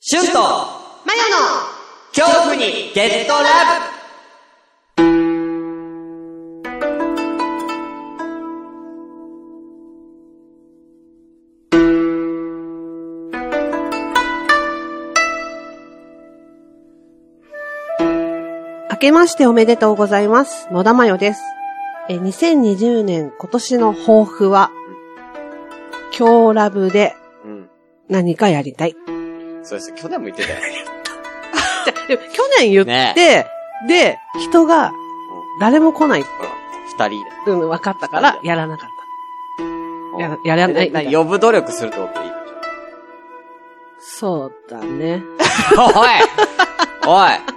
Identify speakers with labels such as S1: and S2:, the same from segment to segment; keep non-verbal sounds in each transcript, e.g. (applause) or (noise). S1: シュンとマヨの恐怖にゲットラブ
S2: 明けましておめでとうございます。野田真代です。えー、2020年今年の抱負は、今日ラブで
S1: うん。
S2: 何かやりたい。
S1: そうです。去年も言ってたよ。
S2: じゃ、でも去年言って、で、人が誰も来ないって、
S1: 二人で。
S2: うん、分かったから、やらなかっやらやらない
S1: でんか呼ぶ努力するとっていい。
S2: た。そうだね。
S1: おい (laughs)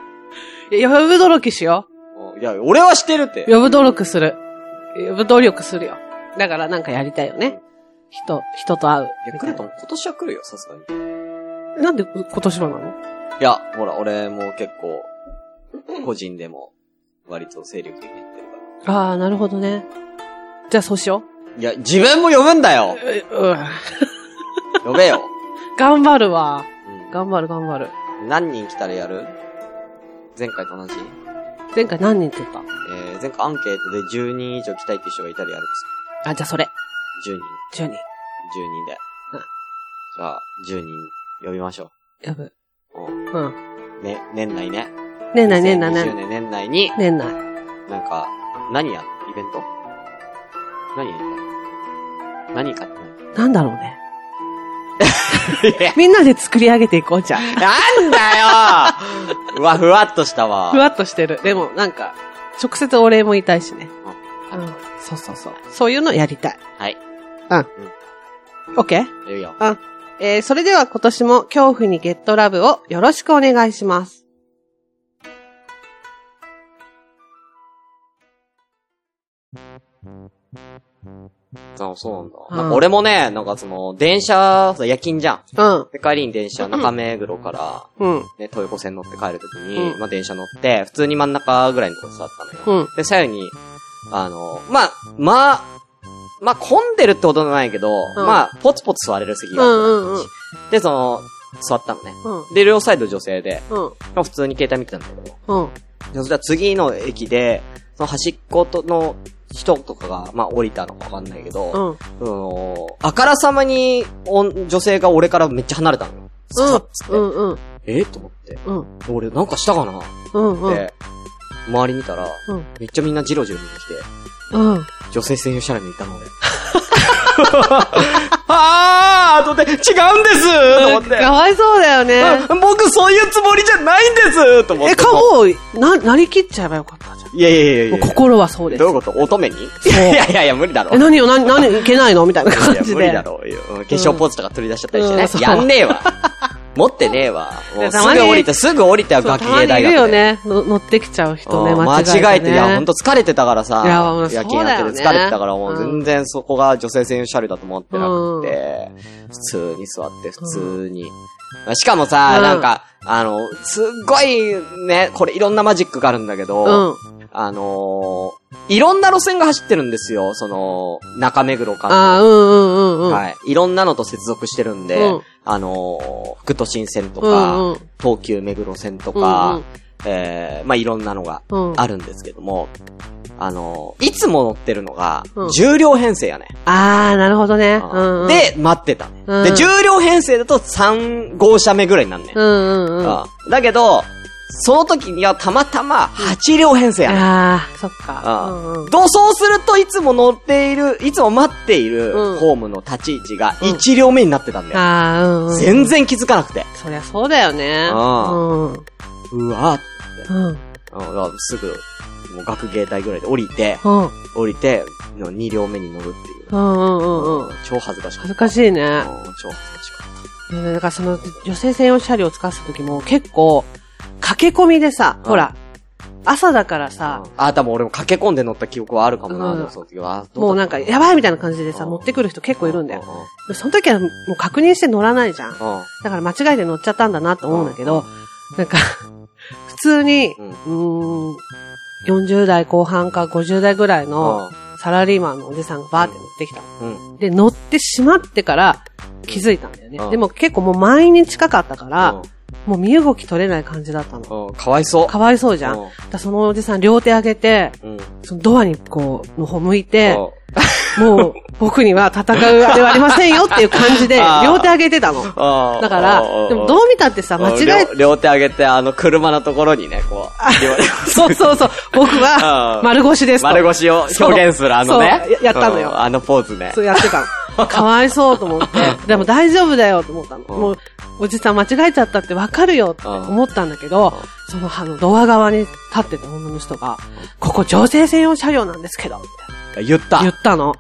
S1: おい
S2: いや呼ぶ努力しよ
S1: おいや、俺はしてるって
S2: う。。呼ぶ努力する。呼ぶ努力するよ。だからなんかやりたいよね。人、人と会う
S1: いや、
S2: み
S1: ク
S2: たい
S1: レ
S2: な。
S1: ポン今年は来るよ、さすがに。
S2: なんで今年はなの
S1: いや、ほら、俺も結構、個人でも、割と精力的にやってるか
S2: ああ、なるほどね。じゃあそうしよ
S1: ら。いや、自分も呼ぶんだよ
S2: う。ううん。
S1: 呼 (laughs) べよ。
S2: 頑張るわ。
S1: う
S2: 頑張る頑張る。
S1: ん、何人来たらやる前回と同じ
S2: 前回何人って言っ
S1: えー、前回アンケートで10人以上来たいって人がいたらやるんです
S2: たあ、じゃあそれ。
S1: よ。10人。
S2: 10人。
S1: 10人で。
S2: うん
S1: じゃあ、10人呼びましょ
S2: やぶ。
S1: う。うん。
S2: うん。
S1: ね、年内ね。
S2: 年内年内
S1: 2020
S2: 年内。
S1: 年年内に、
S2: 年内。
S1: なんか、何やるイベント何やりたい何かって何
S2: なんだろうね。
S1: いや
S2: みんなで作り上げていこうじゃ
S1: (laughs) な
S2: ん。
S1: んだようわ、ふわっとしたわ。
S2: ふわっとしてる。でもなんか、直接お礼も言いたいしね。うん。
S1: そうそうそう。
S2: そういうのやりたい。
S1: はい。
S2: オッケー
S1: いいよ。
S2: えー、それでは今年も恐怖にゲットラブをよろしくお願いします。
S1: あそうなんだ。
S2: うん
S1: なんか俺もね、なんかその、電車、そう夜勤じゃん。
S2: うん。
S1: で、帰りに電車、中目黒から、
S2: うん。
S1: ね、東横線乗って帰るときに、
S2: うん
S1: まあ電車乗って、普通に真ん中ぐらいのとこ座ったのよ。
S2: うん。
S1: で、左右に、あの、まあ、まあ、まあ、混んでるってことじゃないけど、
S2: うん
S1: まあ、ポツポツ座れる席があった
S2: うんうんうん
S1: で、その、座ったのね。
S2: うん。
S1: で、両サイド女性で、
S2: うん。
S1: まあ普通に携帯見てたんだけど、
S2: うん。
S1: でそしたら次の駅で、その端っことの人とかが、まあ、降りたのかわかんないけど、
S2: う
S1: そ
S2: ん。
S1: の、あからさまに、おん女性が俺からめっちゃ離れたのよ。ささっつって。
S2: うん。うん。
S1: えーと思って。
S2: うん。
S1: 俺、なんかしたかなっ
S2: うん。うん。
S1: て、周り見たら、
S2: うん
S1: めっちゃみんなジロジロ見てきて、
S2: うん。
S1: 女性専用車両にいたの俺。あーと思って、違うんですと思って
S2: かわいそうだよね。
S1: あ。僕そういうつもりじゃないんですと思って。
S2: え、顔を、な、なりきっちゃえばよかったじゃん。
S1: いやいやいやい
S2: も
S1: や
S2: う。心はそうです
S1: どう。いうこと乙女にいやいやいや、無理だろ。
S2: え、何よ、何、何、いけないのみたいない感
S1: や、
S2: じ
S1: 無
S2: で。
S1: 理だろうよ。うん化粧ポーズとか取り出しちゃったりして
S2: う
S1: ね
S2: んそ。う
S1: やんねえわ。持ってねえわ。もうす
S2: たまに
S1: ぐ降りて、すぐ降りては
S2: そう
S1: ガキ
S2: たま
S1: 芸
S2: に
S1: 大
S2: い
S1: 学
S2: る
S1: で。
S2: よね。の乗ってきちゃう人ね、
S1: うん
S2: 間違えて、ね。
S1: 間違えて、いや、ほんと疲れてたからさ。
S2: いやもうそ
S1: 夜
S2: うだよね
S1: 勤やってて疲れてたから、もう
S2: うん
S1: 全然そこが女性専用車両だと思ってなくて、普通に座って、普通に。しかもさ、
S2: うん
S1: なんか、あの、すっごいね、これいろんなマジックがあるんだけど、
S2: うん。
S1: あのーいろんな路線が走ってるんですよ、その、中目黒から。
S2: あーうんうんうんうん。
S1: はい。いろんなのと接続してるんで、
S2: うん
S1: あのー、副都心線と
S2: う
S1: か、
S2: んうん。
S1: 東急目黒線とか、
S2: うん
S1: えー、まあ、いろんなのが
S2: うん。
S1: あるんですけども、あのーいつも乗ってるのが
S2: うん、
S1: 重量編成やね。
S2: あー、なるほどね。うんうん、、
S1: で、待ってたね。
S2: うん
S1: で、重量編成だと3号車目ぐらいになんね。
S2: うんうんうん。あ
S1: うんだけど、その時にはたまたま8両編成やね。
S2: あー、そっか。
S1: あ
S2: うんうん。
S1: どうそうすると、いつも乗っている、いつも待っている
S2: うん
S1: ホームの立ち位置が1両目になってたんだよ。
S2: ああ、うん、うん。
S1: 全。然気づかなくて。
S2: そりゃそうだよね。
S1: あ
S2: うん。
S1: うわ
S2: うん。うん。
S1: ぁ、うんすぐ、もう学芸隊ぐらいで降りて、
S2: うん
S1: 降りて、の2両目に乗るっていう。
S2: うんうんうん。
S1: 超恥ずかしかった。
S2: 恥ずかしいね。
S1: うん超恥ずかしかっ
S2: だからその、女性専用車両を使ってた時も結構、駆け込みでさ、ほら、朝だから
S1: た。
S2: さ
S1: う、んあ、多分俺も駆け込んで乗った記憶はあるかもな、
S2: うん
S1: でもその時は。
S2: もうなんか、やばいみたいな感じでさ、
S1: うん
S2: 持ってくる人結構いるんだよ。
S1: よ。
S2: その時はもう確認して乗らないじゃん。
S1: うんうんうん
S2: だから間違えて乗っちゃったんだなと思うんだけど、なんか、 (laughs) 普通に、
S1: う
S2: うんーん、40代後半か50代ぐらいの
S1: う
S2: サラリーマンのおじさんがバーって乗ってきたの。
S1: んうん
S2: で、乗ってしまってから気づいたんだよね
S1: うん。
S2: でも結構もう満員に近かったから、もう身動き取れない感じだったの。
S1: うん、かわいそう。
S2: かわいそうじゃん。だからそのおじさん両手上げて、
S1: うん。うん。
S2: そのドアにこう、の方向いて、
S1: うん
S2: もう僕には戦うあれはありませんよっていう感じ
S1: (laughs)
S2: で
S1: あ、ー
S2: 両手上げてたの。
S1: あー
S2: だから
S1: あーあー、
S2: でもどう見たってさ、間違え
S1: 両、両手 (laughs) 上げて、あの、車のところにね、こ
S2: (laughs)
S1: う、両
S2: そうそうそう、僕は
S1: うん
S2: 丸腰ですと。
S1: 丸腰を表現するあのね
S2: そうや。やったのよ
S1: うんあのポーズね
S2: (laughs) そ。うやってたの。かわいそうと思って、でも大丈夫だよと思ったの。
S1: うん
S2: もう、おじさん間違えちゃったってわかるよって思ったんだけど、その、あの、ドア側に立ってた女の人が、ここ女性専用車両なんですけど、みたいな
S1: 言った。
S2: 言ったの。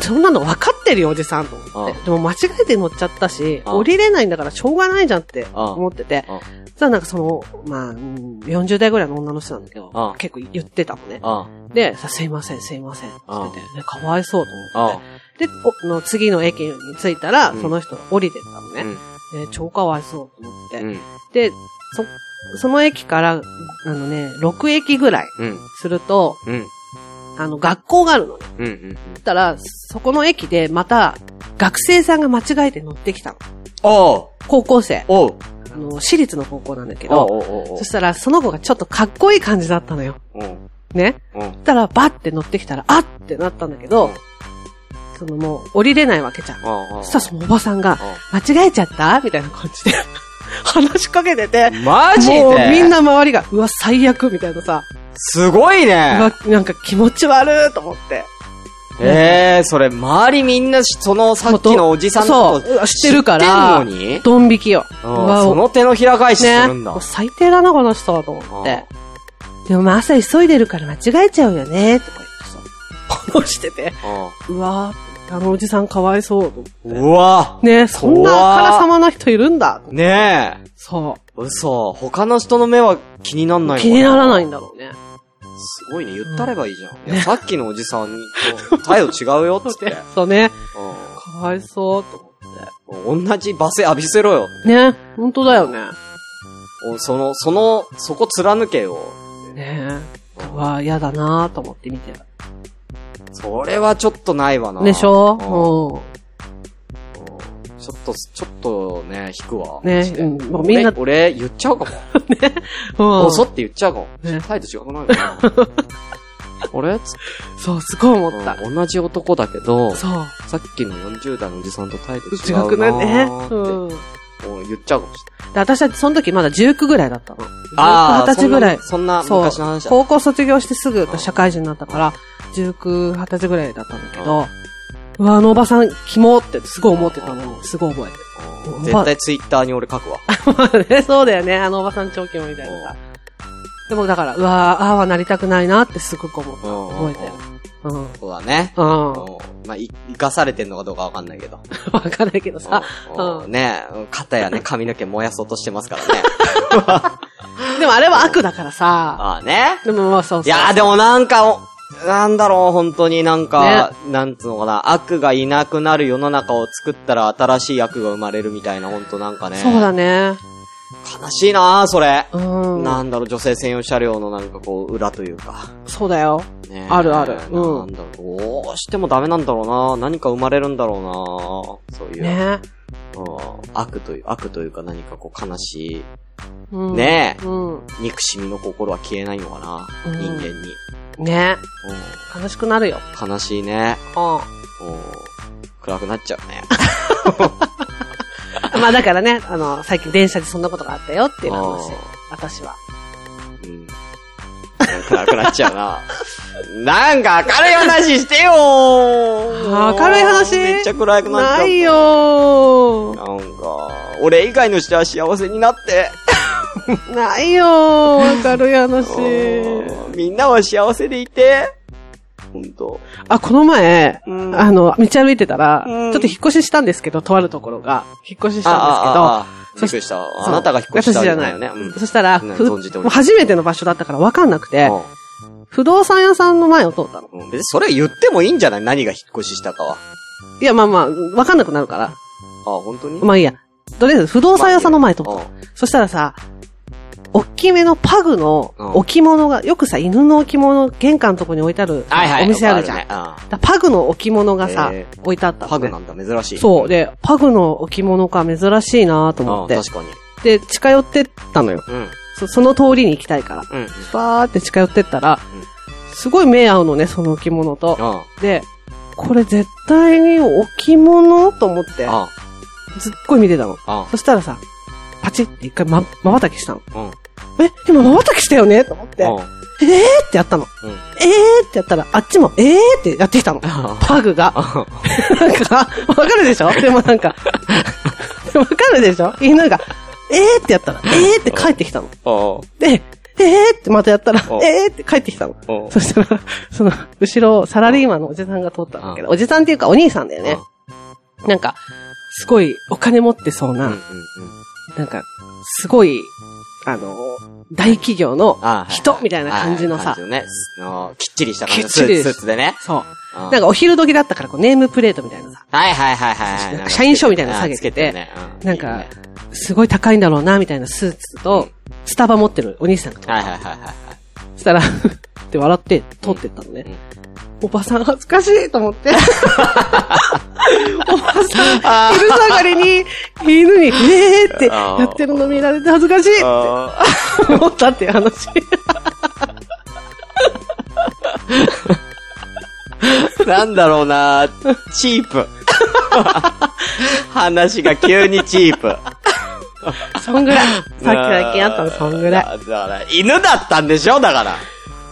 S2: そんなの分かってるよ、おじさんと思って。でも間違えて乗っちゃったし、
S1: うん
S2: 降りれないんだからしょうがないじゃんって思ってて。そしたらなんかその、まあ、うん40代ぐらいの女の人なんだけ
S1: う
S2: ど
S1: ん、
S2: 結構言ってたのね。
S1: うん。
S2: で、さすいません、すいません。って言ってて、でかわいそうと
S1: うん。
S2: 思って。で、おの次の駅に着いたら、
S1: うん
S2: その人降りてったのね。
S1: うん
S2: で超かわいそうと思って。
S1: うん。
S2: で、そ、その駅から、あのね、6駅ぐらい
S1: うん。
S2: すると、
S1: うん。
S2: あの、学校があるのね。
S1: うん。うん。
S2: そしたら、そこの駅でまた、学生さんが間違えて乗ってきたの。
S1: おう
S2: 高校生。
S1: おう
S2: あの、私立の高校なんだけ
S1: お
S2: ど、
S1: うおうおう
S2: そしたら、その子がちょっとかっこいい感じだったのよ。
S1: うん。
S2: ね。
S1: うん。
S2: そしたら、バッて乗ってきたら、あっってなったんだけど、そのもう、降りれないわけじゃん。
S1: うん。
S2: そしたらそのおばさんが、
S1: う
S2: 間違えちゃったみたいな感じで、 (laughs) 話しかけてて、
S1: んマジで
S2: もうみんな周りが、うわ、最悪みたいなさ、
S1: すごいうね
S2: わ、なんか気持ち悪いと思って。
S1: ええ、それ、周りみんな、そのさっきのおじさんの
S2: そ
S1: こ
S2: う
S1: と、
S2: うわ知ってるから、
S1: 知ってんのに
S2: ドン引きよ。う
S1: うんその手のひら返しす
S2: ね
S1: るんだ。
S2: 最低だな、この人は、と思って。でもまあ朝急いでるから間違えちゃうよね、とか言ってさ、こ (laughs) のしてて、うわー、あのおじさんかわいそうと思って。
S1: うんうわ
S2: ねそんな
S1: 怖っ
S2: あからさまな人いるんだ。
S1: ねえ。
S2: そ
S1: 嘘。他の人の目は気になんな
S2: う。
S1: い
S2: 気にならないん
S1: だ。
S2: だろうね。
S1: すごいね。言ったればいいじゃん。いやさっきのおじさんと態度違うよっつって。
S2: そうね。かわいそう、と思って。
S1: うん同じ罵声浴びせろよ。
S2: ね、本当だよね。
S1: おその、その、そこ貫けよ。
S2: ねうわ、嫌だなぁと思って見てる。
S1: それはちょっとないわな。
S2: でしょ
S1: うんうんちょっと、ちょっとね、引くわ。
S2: ね
S1: マジで
S2: うんもうみんな
S1: 俺、俺言っちゃうかも。
S2: うん。う
S1: お
S2: ん。
S1: そって言っちゃうかも。
S2: ね
S1: 態度違く
S2: (laughs)
S1: ないかな。俺つっ
S2: そう、すごい思った。
S1: て、同じ男だけど、さ
S2: そう。
S1: っきの40代のおじさんと態度違
S2: 違
S1: う
S2: く
S1: な
S2: ないね
S1: ー。って。
S2: うん。で、
S1: もう言っちゃうかもしれない。
S2: 私はその時まだ19ぐらいだったの。
S1: ー
S2: 19 20歳ぐらい。
S1: そんな、そんな昔
S2: そう
S1: の話。だ。
S2: 高校卒業してすぐ私社会人になったから、19、20歳ぐらいだったんだけど、うわ、あのおばさん、キモってすごい思ってたのをすごい覚えて
S1: うん絶対ツイッターに俺書くわ。
S2: る。ね、そうだよね。あのおばさん超キモみたいなさ。でもだから、うわああはなりたくないなってすごく思った。覚えてる。うん。
S1: そうだね。
S2: うん。
S1: う
S2: わ
S1: んまあ、い生かされてんのかどうかわかんないけど。
S2: かんないけどさ。
S1: うん
S2: (laughs) うん
S1: ねえ、肩やね、髪の毛燃やそうとしてます
S2: (laughs)
S1: からね。
S2: でもあれは悪だからさ。
S1: ああね。
S2: でもまあそう
S1: い
S2: そう。
S1: やーでもなんか、おなんだろう、本当になんか、なんつうのかな、悪がいなくなる世の中を作ったら新しい悪が生まれるみたいな、本当なんかね。
S2: そうだね。
S1: 悲しいなーそれ。
S2: うん。
S1: なんだろう、女性専用車両のなんかこう、裏というか。
S2: そうだよ。
S1: ね
S2: あるあるうん
S1: なんだろう、どうしてもダメなんだろうな何か生まれるんだろうなそういう、
S2: ね。
S1: うん悪という、悪というか何かこう、悲しい。
S2: うん
S1: ねえ
S2: うん。
S1: 憎しみの心は消えないのかな、
S2: うん
S1: 人間に。
S2: ね
S1: う
S2: 悲しくなるよ。
S1: ん、悲しいね。
S2: う
S1: うん暗くなっちゃうね。
S2: ん。まあだからね、あの、最近電車でそんなことがあったよっていう話
S1: うん。
S2: 私は。
S1: うん。暗くなっちゃう
S2: (laughs)
S1: な。なんか明るい話してよー
S2: 明るい話
S1: めっちゃ暗くなっちゃう。
S2: ないよー。
S1: なんか、俺以外の人は幸せになって、
S2: ないよー。明るい話。
S1: うんみんなは幸せでいて、ほんと。
S2: あ、この前、
S1: うん
S2: あの、道歩いてたら、
S1: うん
S2: ちょっと引っ越ししたんですけど、とあるところが、引っ越しし
S1: あ
S2: たんで
S1: ああああび
S2: そ
S1: っ
S2: し
S1: くりした。
S2: そう
S1: あなたが引っ越したわけよね。うん
S2: 私すけど、そしたら、
S1: ね
S2: ふ
S1: 存じており
S2: もう
S1: ます
S2: 初めての場所だったから分かんなくて、不動産屋さんの前を通ったの。
S1: うんうん別にそれ言ってもいいんじゃない何が引っ越ししたかは。
S2: いや、まあまあ、分かんなくなるから。
S1: あ、本当に
S2: まあいいや。とりあえず、不動産屋さんの前通ったの。
S1: まあいいや
S2: そしたらさ、おっきめのパグの
S1: うん
S2: 置物が、よくさ、犬の置物、玄関のとこに置いてある
S1: うんはいはい。
S2: お店あるじゃん。
S1: よくあるね
S2: だパグの置物がさ、
S1: へー
S2: 置いてあった
S1: う
S2: の、
S1: ん
S2: ね。
S1: パグなんだ、珍しい。
S2: そう。
S1: で、
S2: で、パグの置物か珍しいなと思って。
S1: 確かに。
S2: で、近寄ってったのよ。
S1: うん。
S2: そその通りに行きたいから。
S1: うん。
S2: バーって近寄ってったら
S1: うん、
S2: すごい目合うのね、その置物と。
S1: あ
S2: で、これ絶対に置物と思って
S1: あ。、あ
S2: ずっごい見てたの。
S1: あ。あ
S2: そしたらさ、パチって一回ま、瞬きしたの。
S1: あ。うん。
S2: え、今瞬きしたよねと思って、えー
S1: う
S2: っ
S1: ん。
S2: てやったの。
S1: うん
S2: えーってやったら、あっちも、えーってやってきたの。
S1: あ
S2: パグが。
S1: あ。
S2: なんか、わかるでしょで
S1: (laughs)
S2: もなんか、わかるでしょ犬が、えーってやったら、えーって帰ってきたの。
S1: あ
S2: で、えーってまたやったら、
S1: お
S2: えーって帰ってきたの。
S1: お
S2: そしたら、その、後ろをサラリーマンのおじさんが通ったんだけど、おじさんっていうかお兄さんだよね。なんか、すごいお金持ってそう
S1: うん。うん。う
S2: な、
S1: ん。
S2: なんか、すごい、あの、大企業の
S1: ああ。
S2: 人みたいな感じの
S1: は
S2: さ
S1: い、はい感じのね。あきっちりした感じの
S2: きっ
S1: ス
S2: ちり
S1: ーツスーツでね。
S2: そう。
S1: な
S2: なんかお昼時だったから、こう、ネームプレートみたいなさ、
S1: はいはいはいはいはい。
S2: なんか社員証みたいなの下げてて
S1: つけるねう
S2: なんか
S1: いいね
S2: すごい高いんだろうな、みたいなスーツと、スタバ持ってるお兄さんが通っ
S1: はい
S2: た
S1: はいはいはい。
S2: そしたら、 (laughs) って笑って通ってったのね
S1: うんうん。
S2: おばさん恥ずかしいと思
S1: (laughs)
S2: って。おばさ
S1: あ
S2: ん、
S1: ー
S2: 昼下がりに、犬に、えーってやってるの見られて恥ずかしいって
S1: あ
S2: 思ったっていう話。
S1: ーなんだろうなチー
S2: (laughs)
S1: プ。話が急にチープ。
S2: そんぐらい。さっき最近あったの、そんぐらい。
S1: い。だから、犬だったんでしょだから。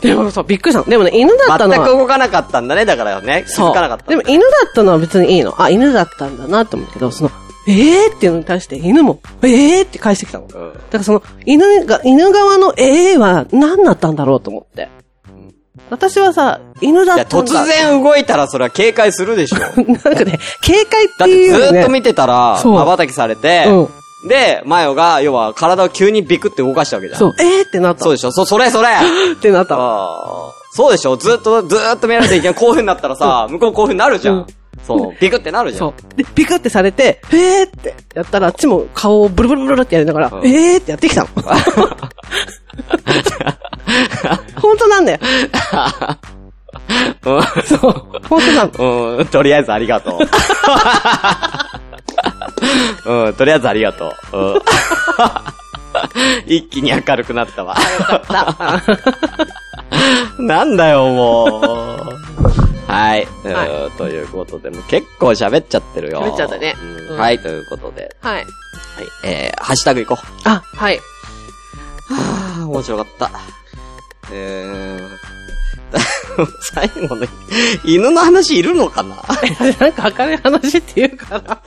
S2: でもそう、びっくりしたの。でもね、犬だった
S1: 全
S2: の
S1: く
S2: は、
S1: 動かなかったんだね、だからね。気
S2: そ
S1: づ
S2: う。
S1: かなかった。
S2: でも、犬だったのは別にいいの。あ、犬だったんだなって思うけど、その、えーっていうのに対して犬も、えーって返してきた
S1: う
S2: の。
S1: ん。
S2: だからその、犬が、犬側のええは何だったんだろうと思って。私はさ、犬だ
S1: い
S2: っ
S1: や、
S2: たん
S1: 突
S2: だ。
S1: 然動いたらそれは警戒するでしょ。だ
S2: 然。なんかね、警戒って
S1: って
S2: いう
S1: ず
S2: より
S1: ーっと
S2: ね。
S1: 見てたら、
S2: そう
S1: 瞬きされて、で、マヨが、要は体を急にビクって動かしたわけじゃ
S2: うん。
S1: ん。
S2: そう、ええってなった。
S1: そうでしょそ、それ
S2: (laughs)
S1: それ
S2: ってなった。
S1: あーそうでしょずっと、ずーっと見られていけない。こういう風になったらさ、向こうこういう風になるじゃ
S2: うん
S1: ん。そう。ビクってなるじゃ
S2: そ
S1: ん。
S2: う。で、ピクってされて、えーってやったら、あっちも顔をブルブルブルブルってやりながら、
S1: うん
S2: えーってやってき
S1: (laughs)
S2: たの。本当なんだよ。そう。本当なの。
S1: うん、うんとりあえずありがとう。うん、とりあえずありがとう。うん一気に明るくなったわ。なんだよ、もう。はい、
S2: は
S1: うんということで、もう結構喋っちゃってるよ。
S2: 喋っちゃったね
S1: うん
S2: うん
S1: はい、ということで。
S2: はい。
S1: はい、えー、ハッシュタグいこう。
S2: あ、はい。
S1: はあ、面白かった。えー、 (laughs) 最後の、犬の話いるのかな
S2: なんか明るい話っていうかな。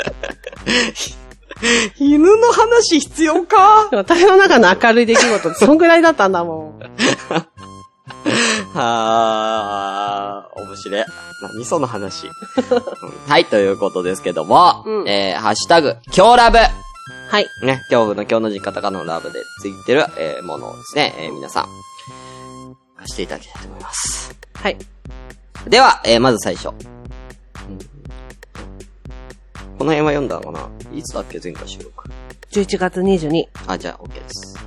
S1: 犬の話必要 (laughs) か
S2: 私の中の明るい出来事ってそんぐらいだったんだもん。
S1: はあ、面白い。何その話。 (laughs) うんはい、ということですけども、
S2: うん
S1: えー、ハッシュタグ、今日ラブ
S2: はい。
S1: ね、恐怖の今日の字カタカナのラブでついてる、えー、ものをですね、えー、皆さん、貸していただきたいと思います。
S2: はい。
S1: では、えー、まず最初。うんこの辺は読んだのかないつだっけ前回収録。
S2: 11月22日。
S1: あ、じゃあ、OK です。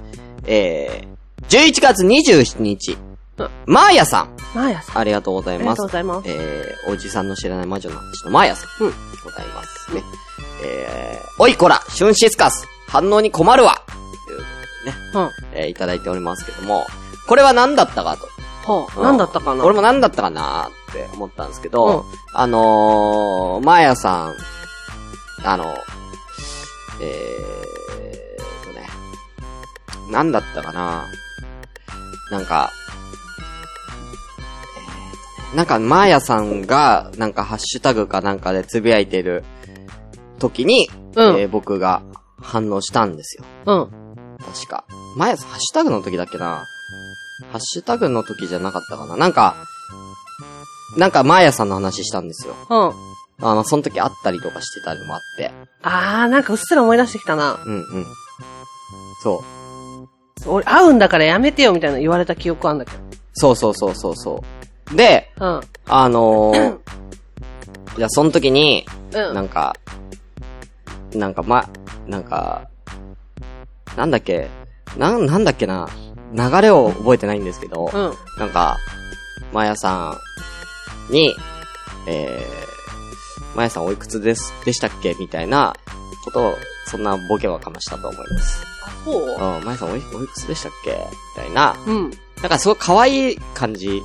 S1: えー、11月27日
S2: うん。
S1: マーヤさん。
S2: マーヤさん。あ
S1: ありがとうござい
S2: りが
S1: ます
S2: とう。ございます。
S1: えー、おじさんの知らない魔女の話のマーヤさん。
S2: うん
S1: ございますね。えー、おいこら、シュンシスカス、反応に困るわという
S2: うん。
S1: えーいただいておりますけども、これは何だったかと。
S2: ほう。何だったかな
S1: これも何だったかなって思ったんですけど、
S2: うん
S1: あのー、マーヤさん、あの、えーとね、何だったかななんか、えーとねなんか、マーヤさんが、なんか、ハッシュタグかなんかでつぶやいてる時に、
S2: うん
S1: えー僕が反応したんですよ。
S2: うん。
S1: 確か。前、ハッシュタグの時だっけなハッシュタグの時じゃなかったかななんか、なんか、マーヤさんの話したんですよ。
S2: うん。
S1: あの、その時会ったりとかしてたりもあって。
S2: あー、なんかうっすら思い出してきたな。
S1: うんうん。そう。
S2: 俺、会うんだからやめてよみたいな言われた記憶あんだけ
S1: そうそうそうそうそう。で、
S2: ど。うん。
S1: あの (coughs) ー、いや、その時に、
S2: うん。
S1: なんか、なんか、ま、なんか、なんだっけ、なん、なんだっけな、流れを覚えてないんですけど、
S2: うん。
S1: なんか、マヤさんに、えー、マヤさんおいくつです、でしたっけみたいなことを、そんなボケはかましたと思います。
S2: ほう。
S1: うん、まやさんおいおいくつでしたっけみたいな。
S2: うん。うん。
S1: なんかすごい可愛い感じ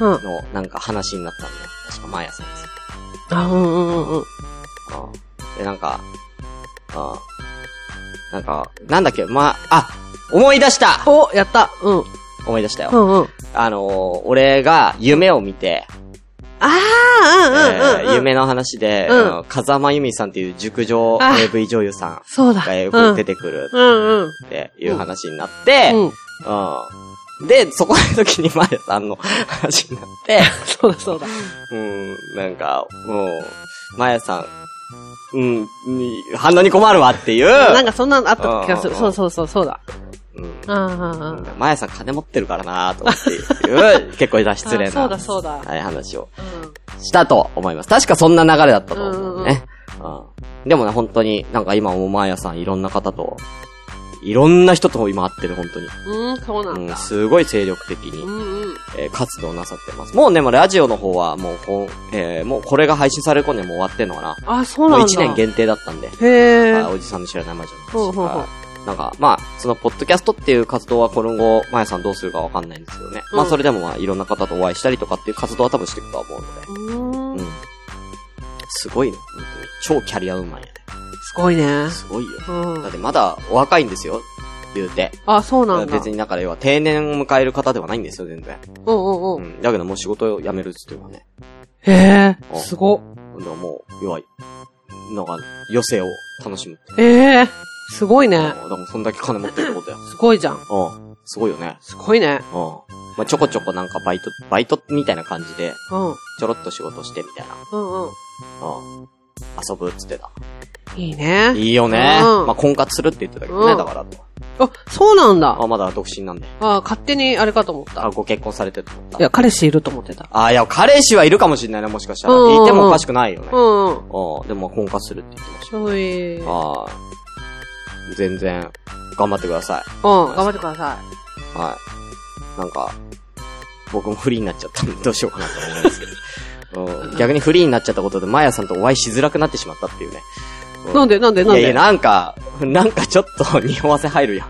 S1: の、なんか話になったんだよ。確かまやさんですよ。
S2: あ、うんうんうんうん。
S1: うん。で、なんか、うん。なんか、なんだっけ、ま、あ、思い出した
S2: お、やった。うん。
S1: 思い出したよ。
S2: うんうん。
S1: あのー俺が夢を見て、
S2: ああ、うんうんうん、うん
S1: えー夢の話で、
S2: うん
S1: あの風間由美さんっていう熟女
S2: あ
S1: AV 女優さ
S2: そうだ。
S1: んがよ
S2: う
S1: く
S2: ん
S1: 出てくる
S2: うんうん。
S1: っていう話になって、
S2: う
S1: う
S2: ん。
S1: んで、そこの時にマヤさんの話になって、
S2: (laughs) そうだそうだ。
S1: うん、なんか、もう、マヤさん、うん、に反応に困るわっていう、
S2: なんかそんなのあった気がする。
S1: うん
S2: そうそうそう、そうだ。
S1: うん、
S2: うんうんうん。
S1: マヤさん金持ってるからなと思っていう、結構失礼な、
S2: あそうだそうだ
S1: はい、話をしたと思います。確かそんな流れだったと思うね。うんでもね、本当に、なんか今もマヤさんいろんな方と、いろんな人と今会ってる、本当に。
S2: うん、うん、そうなん
S1: うん、
S2: だ。
S1: すごい精力的
S2: う
S1: に、
S2: んうん。
S1: えー活動なさってます。もうね、もうラジオの方はもうほん、えーもうこれが配信される頃にはもう終わってんのかな。
S2: あ、そう
S1: も
S2: な
S1: うん
S2: だ。
S1: 1年限定だったんで。
S2: へ
S1: あ
S2: ー
S1: おじさんの知らない魔女
S2: ほう
S1: の
S2: ほうほ
S1: 話
S2: う
S1: はいなんか、まあ、その、ポッドキャストっていう活動は今後、まやさんどうするかわかんないんですけどね。
S2: うん
S1: まあ、それでもまあ、いろんな方とお会いしたりとかっていう活動は多分していくとは思うので。
S2: うーん
S1: うん。すごいね、本当に。超キャリアウーマンやね。
S2: すごいね。
S1: すごいよ。
S2: う
S1: だっ
S2: ん。
S1: てまだお若いんですよ。言うて。
S2: あ、そうなんだ。
S1: 別にだから要は定年を迎える方ではないんですよ、全然。
S2: うんう
S1: う
S2: んうん。
S1: ん。だけどもう仕事を辞めるっつっていうのはね。
S2: へ
S1: う
S2: え、
S1: ん
S2: すご。
S1: でももう、要は、なんか、余生を楽しむって。
S2: ええ、すごい
S1: うん
S2: ね
S1: だ。からそんだけ金持ってるってことや。
S2: すごいじゃん。
S1: うん。すごいよね。
S2: すごいね。
S1: うん。まあ、ちょこちょこなんかバイト、バイトみたいな感じで、
S2: うん。うん
S1: ちょろっと仕事してみたいな。
S2: うん。
S1: うん。遊ぶっつって
S2: (laughs)
S1: た。
S2: いいね。
S1: いいよね。
S2: うん
S1: まあ、婚活するって言ってたけどね、
S2: うん
S1: だからと。
S2: あ、そうなんだ。
S1: あ、まだ独身なんで。
S2: あ、勝手にあれかと思った
S1: あ、。ご結婚されてると思っ
S2: い
S1: た。
S2: や、彼氏いると思ってた。
S1: あ、いや、彼氏はいるかもしれないね、もしかしたら。
S2: うんうんうん
S1: いてもおかしくないよね。
S2: う
S1: うん
S2: うん。
S1: でも婚活するって言ってまし
S2: ちょい。うん、
S1: た。あー全然、頑張ってくださ
S2: 頑張ってくださ
S1: い。はい。なんか、僕もフリーになっちゃったんで、どうしようかなと思うんですけ
S2: (laughs)
S1: ど。うん逆にフリーになっちゃったことで、マヤさんとお会いしづらくなってしまったっていうね。
S2: い。なんでなんで
S1: い
S2: なん
S1: やいや、
S2: で
S1: なんか、なんかちょっと匂わせ入るやん。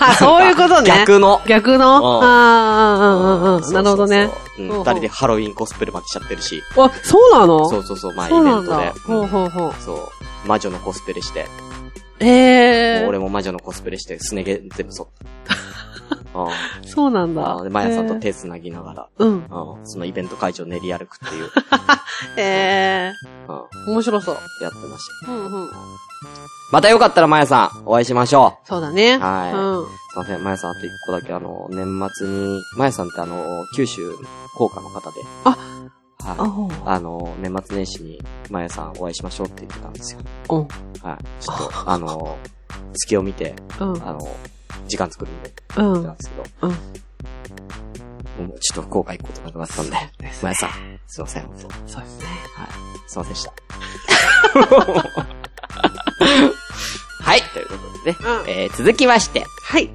S2: あ (laughs) そういうことね。
S1: 逆の。
S2: 逆
S1: うん
S2: のあーあー、あー
S1: そ
S2: あー、あー
S1: うそうそう
S2: なるほどね。。
S1: うん
S2: ほうほう
S1: 二人でハロウィンコスプレまでしちゃってるし。
S2: あ、そうなの
S1: そうそうそう、まあイベ
S2: そうな
S1: ン
S2: ん
S1: ト
S2: だ。
S1: で。
S2: ほうほうほう。
S1: そう。魔女のコスプレして。
S2: え
S1: もう
S2: え
S1: 俺。も魔女のコスプレして、すね毛全部剃
S2: (laughs)
S1: った。うん
S2: そうなんだ
S1: あ。で、マヤさんと
S2: へー。
S1: 手繋ぎながら、
S2: うん。
S1: うんそのイベント会場練り歩くっていう、うん
S2: ええ。面白そう。
S1: やってました。
S2: うんうん。
S1: またよかったらマヤさん、お会いしましょう。
S2: そうだね。
S1: はい
S2: うん。
S1: すいません、まやさん、あと一個だけ、あの、年末に、まやさんってあの、九州、福岡の方で。
S2: あ
S1: はい。
S2: あ
S1: あの、年末年始に、まやさんお会いしましょうって言ってたんですよ。
S2: おうん。
S1: はい。ちょっと、あの、月を見て、
S2: うん。
S1: あの、時間作るんで、
S2: う
S1: 言ってたん
S2: ん。
S1: ですけど。
S2: うん
S1: もうちょっと福岡行くことがなくなったんで、まやさん、すいません、本当
S2: そうですね。
S1: すいませんでした。 (laughs) はい、ということでね。
S2: うん。
S1: えー、続きまして、
S2: はい。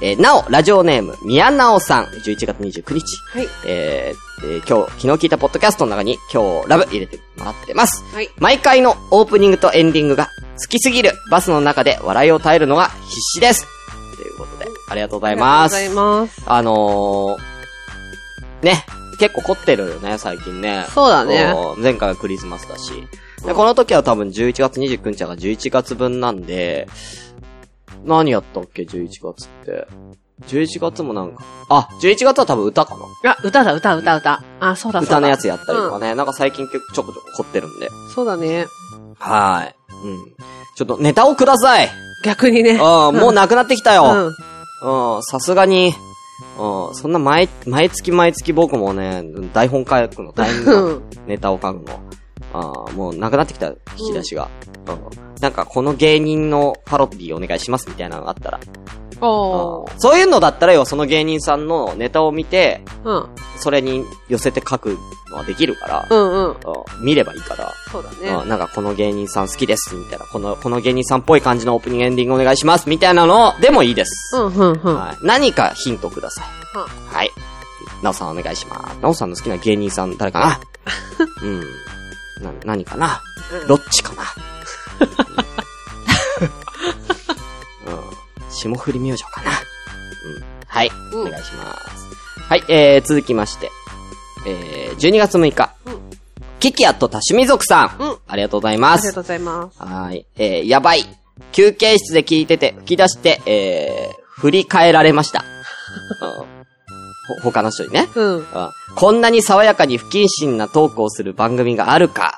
S1: えーなお、ラジオネーム、宮直さん、11月29日。
S2: はい。
S1: えーえー今日、昨日聞いたポッドキャストの中に、今日、ラブ入れてもらってます。
S2: はい。
S1: 毎回のオープニングとエンディングが、好きすぎるバスの中で笑いを耐えるのが必死です。ということで、ありがとうございます。
S2: ありがとうございます。
S1: あのー、ね、結構凝ってるよね、最近ね。
S2: そうだね。
S1: そう前回はクリスマスだし。で、この時は多分11月29日だから11月分なんで、何やったっけ、11月って。11月もなんか、あ、11月は多分歌かな。
S2: あ、歌だ、歌、歌、歌。あ、そうだ、そうだ。
S1: 歌のやつやったりとかね。なんか最近結構ちょこちょこ凝ってるんで。
S2: そうだね。
S1: はーい。うん。ちょっとネタをください
S2: 逆にね。
S1: あ
S2: ん
S1: もうなくなってきたよ、
S2: うん。
S1: うん、さすがに、うん、そんな毎、毎月毎月僕もね、台本書くの大変
S2: う
S1: だ。
S2: ん。
S1: ネタを書くの。あーもうなくなってきた、引き出しが、うんなんかこの芸人のパロディお願いしますみたいなのがあったら。
S2: おー
S1: うんそういうのだったらよ、その芸人さんのネタを見て、
S2: うん。
S1: それに寄せて書くのはできるから、
S2: うんうん。
S1: うん見ればいいから。
S2: そうだ
S1: う
S2: ね。
S1: ん、なんかこの芸人さん好きです、みたいな。この、この芸人さんっぽい感じのオープニングエンディングお願いします、みたいなのでもいいです。
S2: うん、うん、うん。
S1: はい、何かヒントください。
S2: うん
S1: はい。なおさんお願いします。なおさんの好きな芸人さん誰かな (laughs) うん。な、何かな
S2: (laughs) うん
S1: ロッチかな霜降り明星かな。うん。はい。
S2: うん
S1: お願いします。はい、えー、続きまして。えー、12月6日。
S2: うん
S1: キキアット多趣味族さん。
S2: うん
S1: ありがとうござい
S2: あ
S1: ま
S2: りが
S1: す
S2: と。うございます。
S1: はい。えー、やばい。休憩室で聞いてて、吹き出して、えー、振り返られました。うんほ他の人にね。
S2: うん。
S1: うんこんなに爽やかに不謹慎なトークをする番組があるか。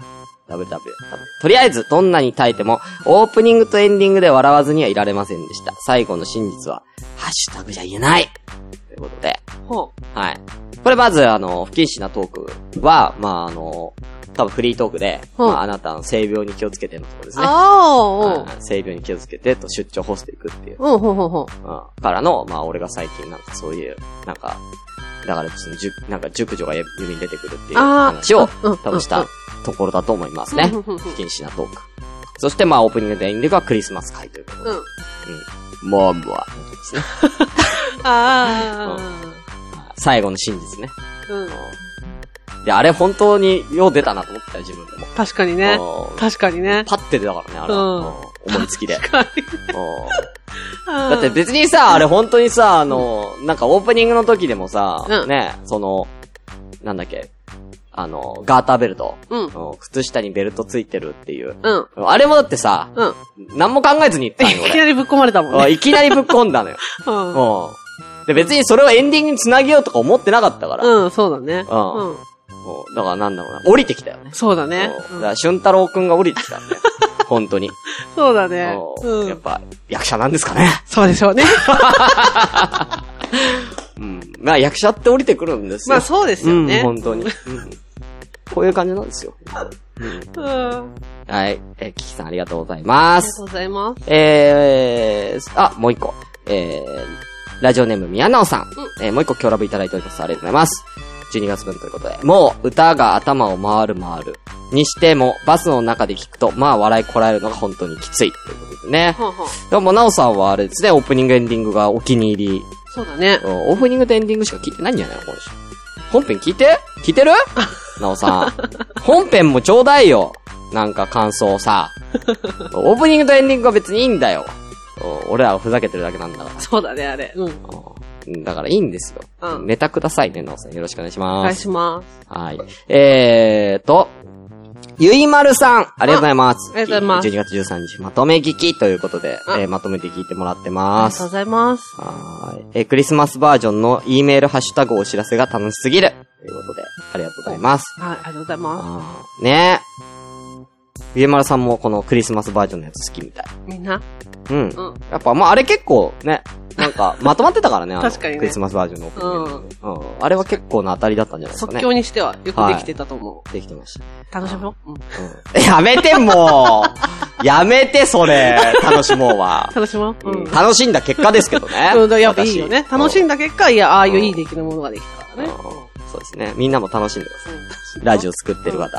S1: www。とりあえず、どんなに耐えても、オープニングとエンディングで笑わずにはいられませんでした。最後の真実は、ハッシュタグじゃ言えないということで。
S2: ほ
S1: はい。これまず、あの、不謹慎なトークは、まあ、あの、多分フリートークで、
S2: うん
S1: まあ、あなたの性病に気をつけてのところです
S2: う。
S1: ね。
S2: あ
S1: うん性病に気をつけて、と出張ホスト行くっていう。
S2: あ、うん。うん、ほうほうほ
S1: うんからの、まあ俺が最近なんかそういう、なんか、だからその、じゅ、なんか熟女が指に出てくるっていう
S2: あー
S1: 話を
S2: うんうん、
S1: 多分したところだと思いますね。
S2: う
S1: 不
S2: んうんうん
S1: 謹慎なトーク。そしてまあオープニングでエンディングはクリスマス会ということ
S2: う。
S1: で。
S2: うん。
S1: もうもうですね。
S2: あ
S1: 最後の真実ね。
S2: あ、うん。
S1: で、あれ本当によう出たなと思ったよ、自分でも。
S2: 確かにね。
S1: うん
S2: 確かにね。
S1: パッて出たからね、あれ
S2: うん
S1: は。うん思いつきで。うんだ
S2: だ
S1: って、別にさ、あれ本当にさ、あの、なんかオープニングの時でもさ、
S2: うん
S1: ね、その、なんだっけ、あの、ガーターベルト、
S2: うん。
S1: うん靴下にベルトついてるっていう。
S2: うん。
S1: あれもだってさ、
S2: うん。
S1: 何も考えずに行ったのよ
S2: いきなりぶっ込まれたもん (laughs)
S1: 俺。うん
S2: ね。
S1: いきなりぶっ込んだのよ。
S2: (laughs) うん。
S1: うん。で、別にそれをエンディングに繋げようとか思ってなかったから。
S2: うん、そうだね。
S1: うん
S2: うん。
S1: うんだからなんだろうな、降りてきたよね。
S2: そうだね。
S1: う
S2: うんん
S1: だから、俊太郎くんが降りてきたんだよ。本当に。
S2: そうだ (laughs) ね。
S1: う
S2: うん
S1: やっ。ぱ、役者なんですかね。
S2: そうでしょ
S1: (laughs)
S2: うね。
S1: うん。まあ、役者って降りてくるんですよ。
S2: まあそうですよね。
S1: うん、本当に。うんこういう感じなんですよ。
S2: うん。あ
S1: はい。えー、キキさんありがとうござい
S2: り
S1: ま
S2: がと
S1: す。
S2: うございます。
S1: えー、あ、もう一個。えー、ラジオネーム宮直さん。
S2: う
S1: えー、もう一個協力いただいております。ありがとうございます。12月分ということで。もう、歌が頭を回る回る。にしても、バスの中で聞くと、まあ、笑いこらえるのが本当にきつい。ということでね。
S2: ほうほう
S1: でも、直さんはあれですね、オープニングエンディングがお気に入り。
S2: そうだね。
S1: うんオープニングとエンディングしか聞いてないんじゃないのこの人。本編聞いて聞い
S2: (laughs)
S1: てるなおさん。本編もちょうだいよ。なんか感想さ。オープニングとエンディングは別にいいんだよ。うん俺らはふざけてるだけなんだか
S2: そうだね、あれ。うん。
S1: ら。うんだからいいんですよ。
S2: うん
S1: ネタくださいね、なおさん。よろしくお願いし
S2: お
S1: ま
S2: 願い
S1: す。
S2: します。
S1: はい。えーと、ゆいまるさん、ありがとうございます。
S2: ありがとうございます
S1: 12月13日、まとめ聞きということで、
S2: うん
S1: えーまとめて聞いてもらって
S2: あ
S1: ま
S2: りが
S1: す
S2: とう。ございます。
S1: はーい。えー、クリスマスバージョンの E メールハッシュタグお知らせが楽しすぎる。ということで、ありがとうございます。
S2: はい、ありがとうございま
S1: あーねえ。ゆえまるさんもこのクリスマスバージョンのやつ好きみたい。
S2: す。みんな
S1: うん。
S2: うん。
S1: やっぱ、まあ、あれ結構ね、なん
S2: (laughs)
S1: か、まとまってたからね、あの、
S2: 確かにね
S1: クリスマスバージョンのオープニングうん。あれは結構な当たりだったんじゃないですか
S2: 即
S1: ね。
S2: 興にしてはよくできてたと思
S1: できてました。
S2: う。楽しみよう。うん。
S1: うん。 (laughs) やめて、もうやめて、それ楽しもうは。
S2: 楽しみよう。
S1: う
S2: うんん。。
S1: 楽しんだ結果ですけどね
S2: うん、だからやっぱいいよね。
S1: 私
S2: 楽しんだ結果、いや、ああいううんいい出来のものができたからね。
S1: うんそうですね。みんなも楽しんでください。ラジオ作ってる方。うん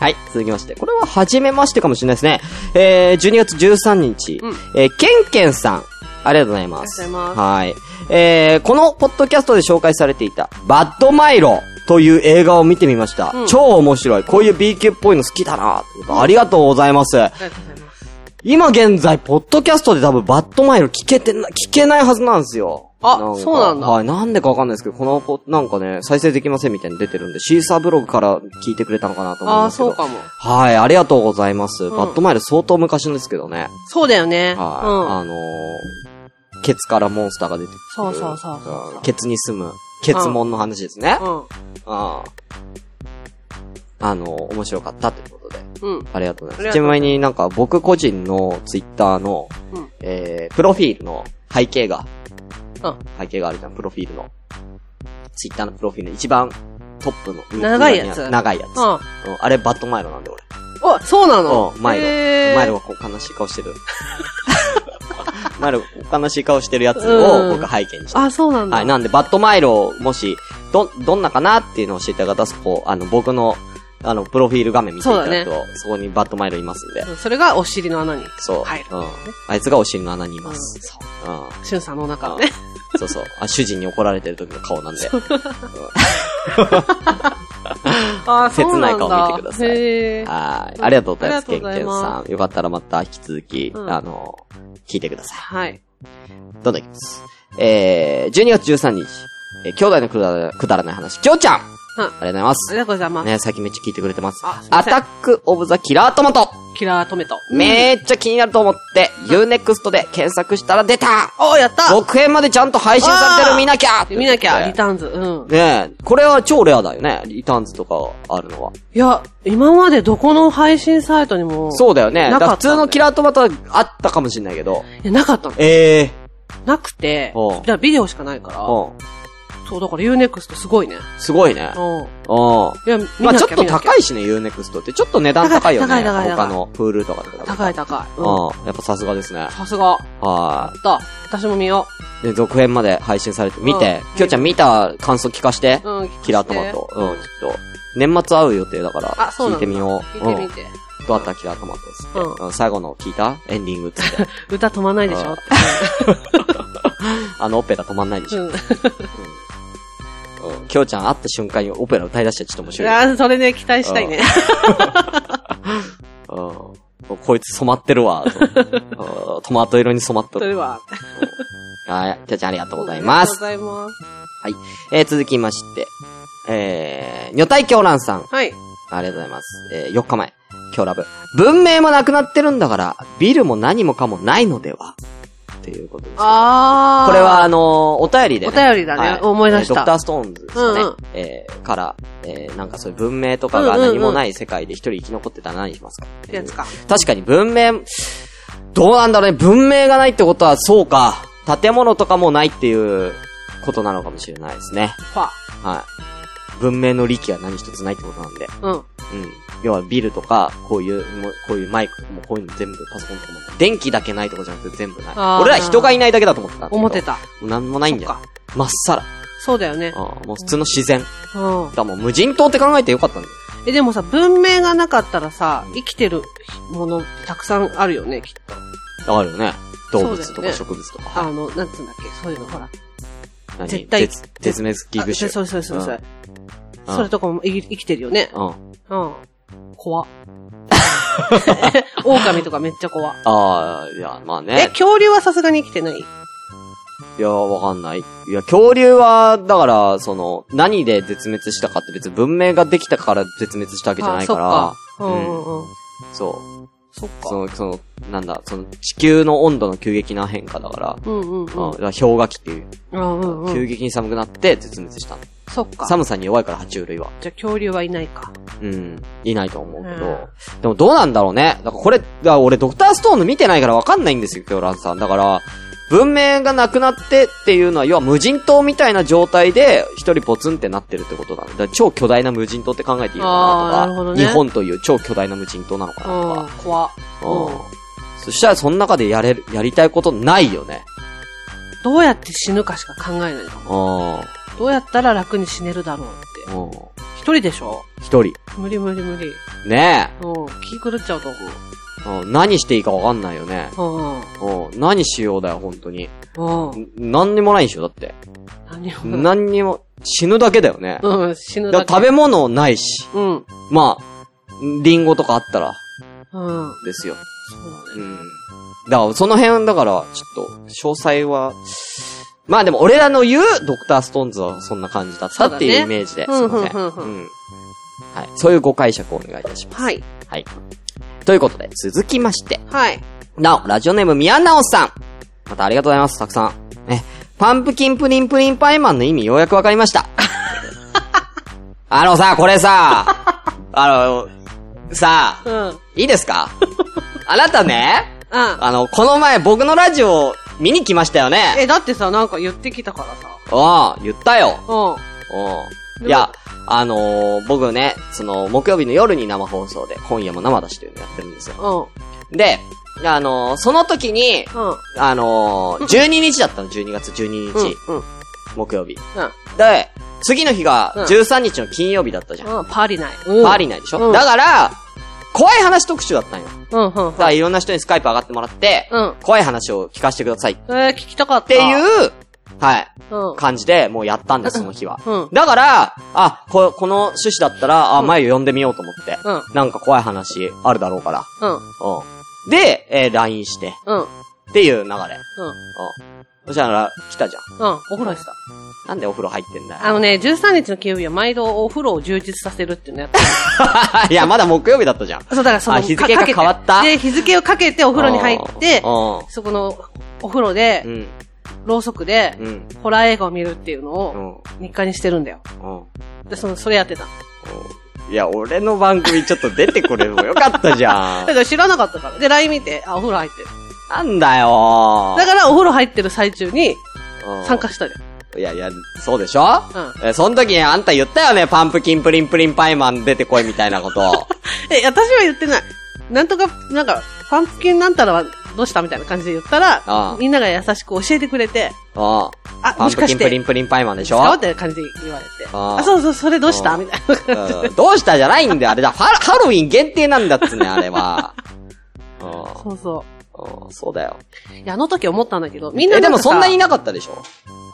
S1: はい、続きまして。これは初めましてかもしれないですね。えー、12月13日、
S2: うん
S1: えー、ケンケンさん。ありがとうございます。
S2: ありがとうご
S1: は
S2: ざい
S1: い。えー、このポッドキャストで紹介されていた、バッドマイロという映画を見てみました。
S2: うん
S1: 超面白い。こういう B 級っぽいの好きだなということでありがとうございます。
S2: ありがとうございます。
S1: 今現在、ポッドキャストで多分、バットマイル聞けてな、聞けないはずなんですよ。
S2: あ
S1: か
S2: そうなんだ
S1: はい、なんでかわかんないですけど、このポ、なんかね、再生できませんみたいに出てるんで、シーサーブログから聞いてくれたのかなと思い
S2: ああ、
S1: ますけど。
S2: そうかも。
S1: はい、ありがとうございます。
S2: ん
S1: バットマイル相当昔のですけどね。
S2: そうだよね。うん。
S1: はい、あのー、ケツからモンスターが出てくる。
S2: そうそうそうそう
S1: ケツに住む、ケツモンの話ですね。あああのー、面白かったということで。
S2: うん。うん。
S1: ありがとうございます。
S2: あ
S1: ち
S2: りがとうござ
S1: なみ
S2: います
S1: になんか僕個人のツイッターの、
S2: うん
S1: えー、プロフィールの背景が、
S2: うん
S1: 背景があるじゃん、プロフィールの。ツイッターのプロフィールの一番トップの。
S2: 長いや
S1: 上
S2: つ
S1: にある長いやつ。
S2: うん。
S1: うんあれバットマイロなんで俺。
S2: あ、そうなの
S1: うん、マイロ。
S2: へー
S1: マイロがこう悲しい顔
S2: (laughs)
S1: してる。マイロがこう悲しい顔してるやつを僕背景にしてる
S2: あ、そうなんだ。
S1: はい。なんで、バットマイルを、もし、ど、どんなかなっていうのを教えていただくと、あの、僕の、あの、プロフィール画面見ていただくと、
S2: そ
S1: そ,、こにバットマイルいますんで。
S2: うんそれがお尻の穴に。
S1: そう。
S2: 入る
S1: うん。あいつがお尻の穴にい
S2: うん。
S1: ま
S2: そ
S1: す。
S2: う。
S1: うん。
S2: しゅんさんのお腹のね。 (laughs)
S1: そうそう。あ、主人に怒られてる時の顔なんで。うん
S2: あー、そうな
S1: 切な
S2: ん
S1: い
S2: だ。
S1: 顔見てください
S2: へー
S1: はい。ありがとうございます、
S2: あ
S1: ケ
S2: り
S1: ン
S2: がとうござ
S1: ケ
S2: い
S1: ン
S2: ます
S1: さん。よかったらまた引き続き、
S2: うん
S1: あの、聞いてください。
S2: はい。
S1: どんどんいきます。えー、12月13日、えー兄弟のくだらくだらない話、きょうちゃんありがとうございま
S2: あ
S1: す
S2: り。がとうございます。
S1: ね、最近めっちゃ聞いてくれてます。
S2: あすいま
S1: ア
S2: せん
S1: タック・オブ・ザ・キラートマト、
S2: キラートメト。
S1: めっちゃ気になると思って、UNEXT で検索したら出た
S2: おー、やった
S1: 続編までちゃんと配信されてる見なきゃ
S2: 見なきゃ、リ
S1: ね
S2: ターンズ。うん。
S1: え、これは超レアだよね。リターンズとかあるのは。
S2: いや、今までどこの配信サイトにも、
S1: そうだよね。だか
S2: なからっ
S1: 普通
S2: たんだよ
S1: のキラートマトはあったかもしれないけど。
S2: いや、なかったの。
S1: ええ
S2: なくて、
S1: おう
S2: だからビデオしかないから、
S1: うん。
S2: そう、だから UNEXT すごいね。
S1: すごいね。
S2: うん。
S1: うん。
S2: いや、
S1: まあちょっと
S2: い。
S1: 高いしね、UNEXT って。ちょっと値段高いよね。
S2: 高い高い高い
S1: 他の、プールとかとか。
S2: 高い高い。うん。
S1: うん。やっぱさすがですね。
S2: さすが。
S1: は
S2: だ。私も見よ
S1: い。で、続編まで配信されて、見て
S2: う、ん
S1: きょうちゃん見た感想聞かして。
S2: う。うん。
S1: キラートマト。うん、ちょっと。年末会う予定だから、
S2: あそう
S1: 聞
S2: ないん
S1: て
S2: だ
S1: みよう。
S2: 聞いて
S1: うん
S2: み。て。
S1: どうだったキラートマトっつって。
S2: う
S1: うん。最後の聞いたエンディングっつ
S2: (laughs)
S1: って。
S2: 歌止まないでし
S1: うん
S2: ょって。
S1: あの、オペラ止まんないでしょ。 (laughs)
S2: うん。
S1: うん。きょうちゃん会った瞬間にオペラ歌い出したらちょっと面
S2: い
S1: 白いよ。
S2: やーそれね、期待したいね。
S1: うん。こいつ染まってる (laughs) わ。うんトマト色に染まっと
S2: それ
S1: る。
S2: は。あ
S1: はい。きょうちゃんありがとうございま
S2: り
S1: す。
S2: がとうございます。
S1: えー、続きまして。えー、女体狂乱さん。
S2: はい。
S1: ありがとうございます。えー、4日前。今日ラブ。文明もなくなってるんだから、ビルも何もかもないのではっていうことです。
S2: あー。
S1: これは、あのーお便りで、ね。
S2: お便りだね
S1: は
S2: 思い出した
S1: えードクターストーンズですかね。
S2: うんうん
S1: えー、から、えー、なんかそういう文明とかが何もない世界で一人生き残ってたら何しますかってい
S2: って
S1: う
S2: やつか。
S1: 確かに文明、どうなんだろうね。文明がないってことは、そうか。建物とかもないっていうことなのかもしれないですね。
S2: ファ。
S1: はい。文明の力は何一つないってことなんで。
S2: うん。
S1: うん。要はビルとか、こういう、もうこういうマイク、もうこういうの全部パソコンとかも。電気だけないとこじゃなくて全部ない。
S2: あー
S1: 俺ら人がいないだけだと思ってたんだけど。
S2: 思ってた。
S1: もうなんもないんだ
S2: そ
S1: よ
S2: っ。
S1: まっさら。
S2: そうだよね。
S1: あーもう普通の自然。
S2: うん。
S1: だもう無人島って考えてよかったんだよ。
S2: え、でもさ、文明がなかったらさ、生きてるものたくさんあるよね、きっと。
S1: あるよね。動物
S2: そう
S1: と
S2: だよ
S1: か
S2: ね
S1: 植物とか。
S2: あの、なんつうんだっけ、そういうの、ほら。
S1: 何
S2: 絶対
S1: 絶絶滅危
S2: あ
S1: 惧種。
S2: そうそうそうそう。
S1: うん
S2: それとかもい生きてるよね。
S1: うん。
S2: うん。
S1: (laughs)
S2: 怖っ。狼とかめっちゃ怖。
S1: ああ、いや、まあ
S2: え、
S1: ね。
S2: 恐竜はさすがに生きてない
S1: いや、わかんない。いや、恐竜は、だから、その、何で絶滅したかって別に文明ができたから絶滅したわけじゃないから
S2: あ、そっか。うんうんうん。
S1: そう。
S2: そっ
S1: そ
S2: か。
S1: の、その、なんだ、その、地球の温度の急激な変化だから、
S2: うんうんうん。
S1: うん、だから氷河期っていう、
S2: うんうんう
S1: 急
S2: ん。
S1: 激に寒くなって絶滅したの。
S2: そっか。じゃ
S1: 寒さに弱いから、爬虫類は。
S2: あ恐竜はいないか。
S1: うん、いないと思うけど。
S2: う
S1: でもどうなんだろうね。だからこれ、だから俺ドクターストーンの見てないからわかんないんですよ、今日ランさん。だから、文明がなくなってっていうのは、要は無人島みたいな状態で、一人ポツンってなってるってことなの。だから超巨大な無人島って考えていいのか
S2: あ
S1: な
S2: ーなる
S1: と
S2: ほ
S1: か、
S2: どね
S1: 日本という超巨大な無人島なのか
S2: う
S1: なと
S2: ん
S1: か。。
S2: 怖っ。
S1: うん
S2: うん
S1: そしたらその中でやれる、やりたいことないよね。
S2: どうやって死ぬかしか考えないの。
S1: うん。うん。
S2: どうやったら楽に死ねるだろうって。一人でしょ
S1: 一人。
S2: 無理無理無理。
S1: ね
S2: うん。気狂っちゃうと
S1: え。うん。何していいかわかんないよね。
S2: 思う。
S1: うん。何しようだよ、本当に。
S2: うん。うん。
S1: ん何にもないでしょ、だって。
S2: 何を。
S1: 何にも、死ぬだけだよね。
S2: うん、死ぬ
S1: だ
S2: だ
S1: か
S2: け。
S1: ら食べ物ないし、
S2: うん。
S1: まあ、リンゴとかあったら、
S2: うん。
S1: ですよ。
S2: そ
S1: う
S2: うね。
S1: ん。だから、その辺、だから、ちょっと、詳細は、まあでも、俺らの言う、ドクターストーンズはそんな感じだったって
S2: そうだ
S1: いう
S2: ね
S1: イメージで、す
S2: う
S1: い
S2: ん
S1: ません。
S2: うんうんう
S1: うん。はい。そういうご解釈をお願いいたします。
S2: はい。
S1: はい。ということで、続きまして、
S2: はい。
S1: なお、ラジオネーム、宮直さん。またありがとうございます、たくさん。ね、パンプキンプリンプリンパイマンの意味ようやくわかりました。あのさ、これさ、あの、さ
S2: う、ん。
S1: いいですかあなたね、
S2: あ、
S1: あの、この前僕のラジオ見に来ましたよね。
S2: え、だってさ、なんか言ってきたからさ。
S1: うん、言ったよ。
S2: う
S1: う
S2: ん。
S1: ん。いや、あのー僕ね、その、木曜日の夜に生放送で、今夜も生出しというのやってるんですよ。
S2: うん。
S1: で、あのーその時に、
S2: うん。
S1: あのー、12日だったの、12月12日、
S2: うん。うん。
S1: 木曜日。
S2: うん
S1: で、次の日が
S2: うん
S1: 13日の金曜日だったじゃん。
S2: うん。パーリない。
S1: パーリーないでしょ、
S2: うん
S1: だから、怖い話特集だったんよ。
S2: うん。うん。うん
S1: だ。からいろんな人にスカイプ上がってもらって、
S2: うん。
S1: 怖い話を聞かせてくださいっ
S2: えー、聞きたかった。
S1: ていうはい。
S2: うん。
S1: 感じで、もうやったんです、その日は。
S2: うん。
S1: だから、あ、こ、この趣旨だったら、あ、
S2: うん
S1: 前を呼んでみようと思って。
S2: うん。
S1: なんか怖い話あるだろうから。
S2: う
S1: う
S2: ん。
S1: ん。で、えー LINE して、
S2: うん。うん。
S1: っていう流れ。うん。そしたら、来たじゃん。
S2: うん。お風呂した。
S1: なんでお風呂入ってんだよ。
S2: あのね、13日の金曜日は毎度お風呂を充実させるっていうのやってる
S1: (laughs) いや、まだ木曜日だったじゃん。
S2: (laughs) そう、だからその、
S1: あ日付が
S2: かけて
S1: 変わった
S2: で、日付をかけて
S1: お
S2: お風呂に入って、
S1: う
S2: そこのお風呂で、
S1: ん。
S2: ろうそくで
S1: う、ん。
S2: ホラー映画を見るっていうの
S1: う
S2: を
S1: ん。
S2: 日課にしてるんだよ。
S1: うん。
S2: で、その、それやってた。
S1: いや、俺の番組ちょっと出てこれもよかったじゃ
S2: だ
S1: ん (laughs)
S2: か。ら知らなかったから。で、LINE 見て、あ、お風呂入ってる。
S1: なんだよ
S2: だから、お風呂入ってる最中に
S1: うん
S2: 参加したじ
S1: いやいや、そうでしょ
S2: ゃん。うん。
S1: え、その時にあんた言ったよね、パンプキンプリンプリンパイマン出てこいみたいな
S2: (laughs)
S1: こと。
S2: え、私は言ってない。なんとか、なんか、パンプキンなんたらはどうしたみたいな感じで言ったら、
S1: ああ
S2: みんなが優しく教えてくれて、
S1: あ
S2: あ、
S1: パ
S2: も
S1: ン
S2: し
S1: プ
S2: か
S1: キン
S2: し
S1: プリ
S2: て、
S1: ンプリンパイマンでし
S2: 使う
S1: ょ
S2: って感じで言われて。
S1: ああ
S2: あそうそう、それどうした
S1: ああ
S2: みたいな感じ。
S1: うんどうしたじゃないんだよ、あれだ。ハロハロウィン限定なんだっつね、あれは。うん
S2: そうそ
S1: うんそうだよ。
S2: う。いや、あの時思ったんだけど、みんな
S1: え、で
S2: なん
S1: も
S2: かさ
S1: そんなにいなかったでしょ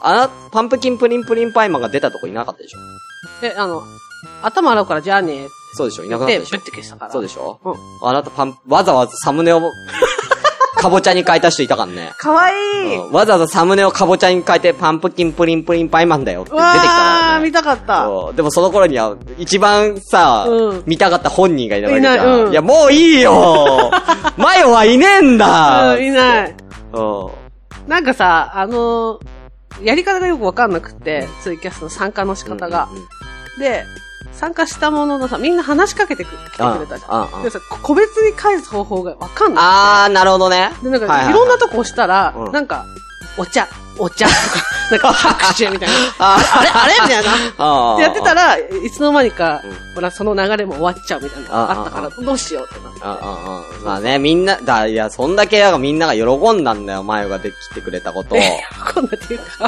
S1: あな、パンプキンプリンプリンパイマンが出たとこいなかったでしょ
S2: え、あの、頭洗うからじゃあね、
S1: そうでしょいなくなった
S2: で、
S1: で
S2: ブ
S1: しょ
S2: ッて消したから。
S1: そうでしょ
S2: うん。
S1: あなたパン、わざわざサムネを、かぼちゃに変えた人いたからね。
S2: かわいい。
S1: うんわざわざサムネをかぼちゃに変えて、パンプキンプリンプリンパイマンだよって出てきた
S2: わ
S1: から
S2: ー、見
S1: ね。
S2: たかった。
S1: そうでもその頃には、一番さ、
S2: うん
S1: 見たかった本人がいなかったじ
S2: いな
S1: ゃ
S2: い
S1: ん。
S2: うん
S1: いや、もういい
S2: (laughs)
S1: よマヨはいねえんだ
S2: うん、いない。
S1: うん。
S2: なんかさ、あのーやり方がよくわかんなくって、ツイキャスの参加の仕方が
S1: うん。うんうん
S2: で、参加したもののさ、みんな話しかけてく来て
S1: あ
S2: くれたじゃん。
S1: ああ
S2: でさ、こ個別に返す方法がわかんな
S1: あー、なるほどね。
S2: い。で、なん
S1: は
S2: か、いろんな
S1: と
S2: とこ押したら、
S1: うん
S2: なんか、お茶、お茶とか、 (laughs) なんか拍手みたいな。
S1: あ
S2: あれ、あれみたいな。
S1: あ
S2: でやって
S1: ら、
S2: たら、いつの間にか
S1: うん、
S2: ほら、その流れも終わっちゃうみたいなのがあったか
S1: あ
S2: ら、どうしようってなって。
S1: あああまあね、みんな、だ、いや、そんだけ、なんかみんなが喜んだんだよ、マヨができてくれたことを。
S2: で喜んだっていうか、そうそ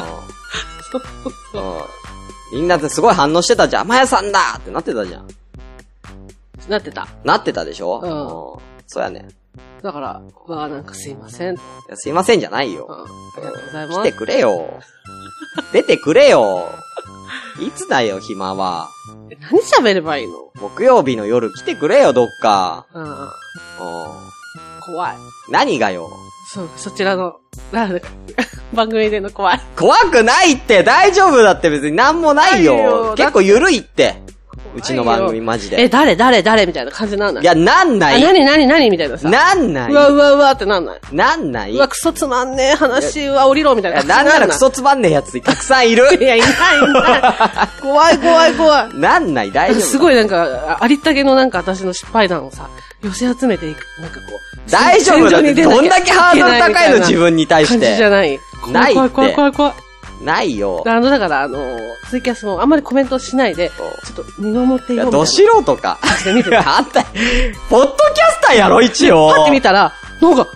S2: う
S1: う
S2: そ
S1: んうんみんなってすごい反応してたじゃん。マヨさんだってなってたじゃん。
S2: う、なってた。
S1: なってたでしょ
S2: うん
S1: ん。そうやね。
S2: だから、わあ、なんかすいません。
S1: いやすいませんじゃないよ。
S2: ありがとうござい
S1: 来
S2: ま
S1: て
S2: す。
S1: くれよ。出てくれよ。いつだよ、暇は。
S2: 何喋ればいいの
S1: 木曜日の夜来てくれよ、どっか。
S2: うん。
S1: うん
S2: 怖い。
S1: 何がよ。
S2: そう、そちらの、な
S1: (laughs)
S2: んか番組での怖い。
S1: 怖くないって大丈夫だって別に何もないよ。
S2: ないよ
S1: 結構ゆるいって。うちの番
S2: 怖い
S1: 組
S2: よ。
S1: マジ
S2: え、
S1: で。
S2: 誰、誰、誰みたいな感じなんない
S1: いや、なん
S2: あ、
S1: ない。
S2: なになになにみたいなさ。
S1: なんないう
S2: わうわうわってなんない。
S1: なんないう
S2: わ、クソつまんねえ話は降りろみたい
S1: い
S2: な
S1: や
S2: 感じ
S1: なんならクソつまんねえやつたくさんいる。
S2: いや、いない、いない。 (laughs) 怖い、怖い、怖い。
S1: なんない大丈夫。
S2: すごいなんか、あありったけのなんか私の失敗談をさ、寄せ集めていく、なんかこう。
S1: 大丈夫だって。
S2: 戦場に出なきゃ
S1: どんだけハードル高いの
S2: けなみたな
S1: 自分に対し
S2: 感じじゃ
S1: て。
S2: ない。
S1: ない
S2: 怖
S1: っ
S2: い、怖い、
S1: て
S2: 怖い、怖い。
S1: ないよ。
S2: あの、だから、あのー、ツイキャスもあんまりコメントしないで、ちょっと見守って
S1: い
S2: いよ
S1: や、
S2: うみたい
S1: ど
S2: な。
S1: 素人か。
S2: 見て
S1: いやあんた、ポッドキャスターやろ、一応。
S2: パって見たら、なんか、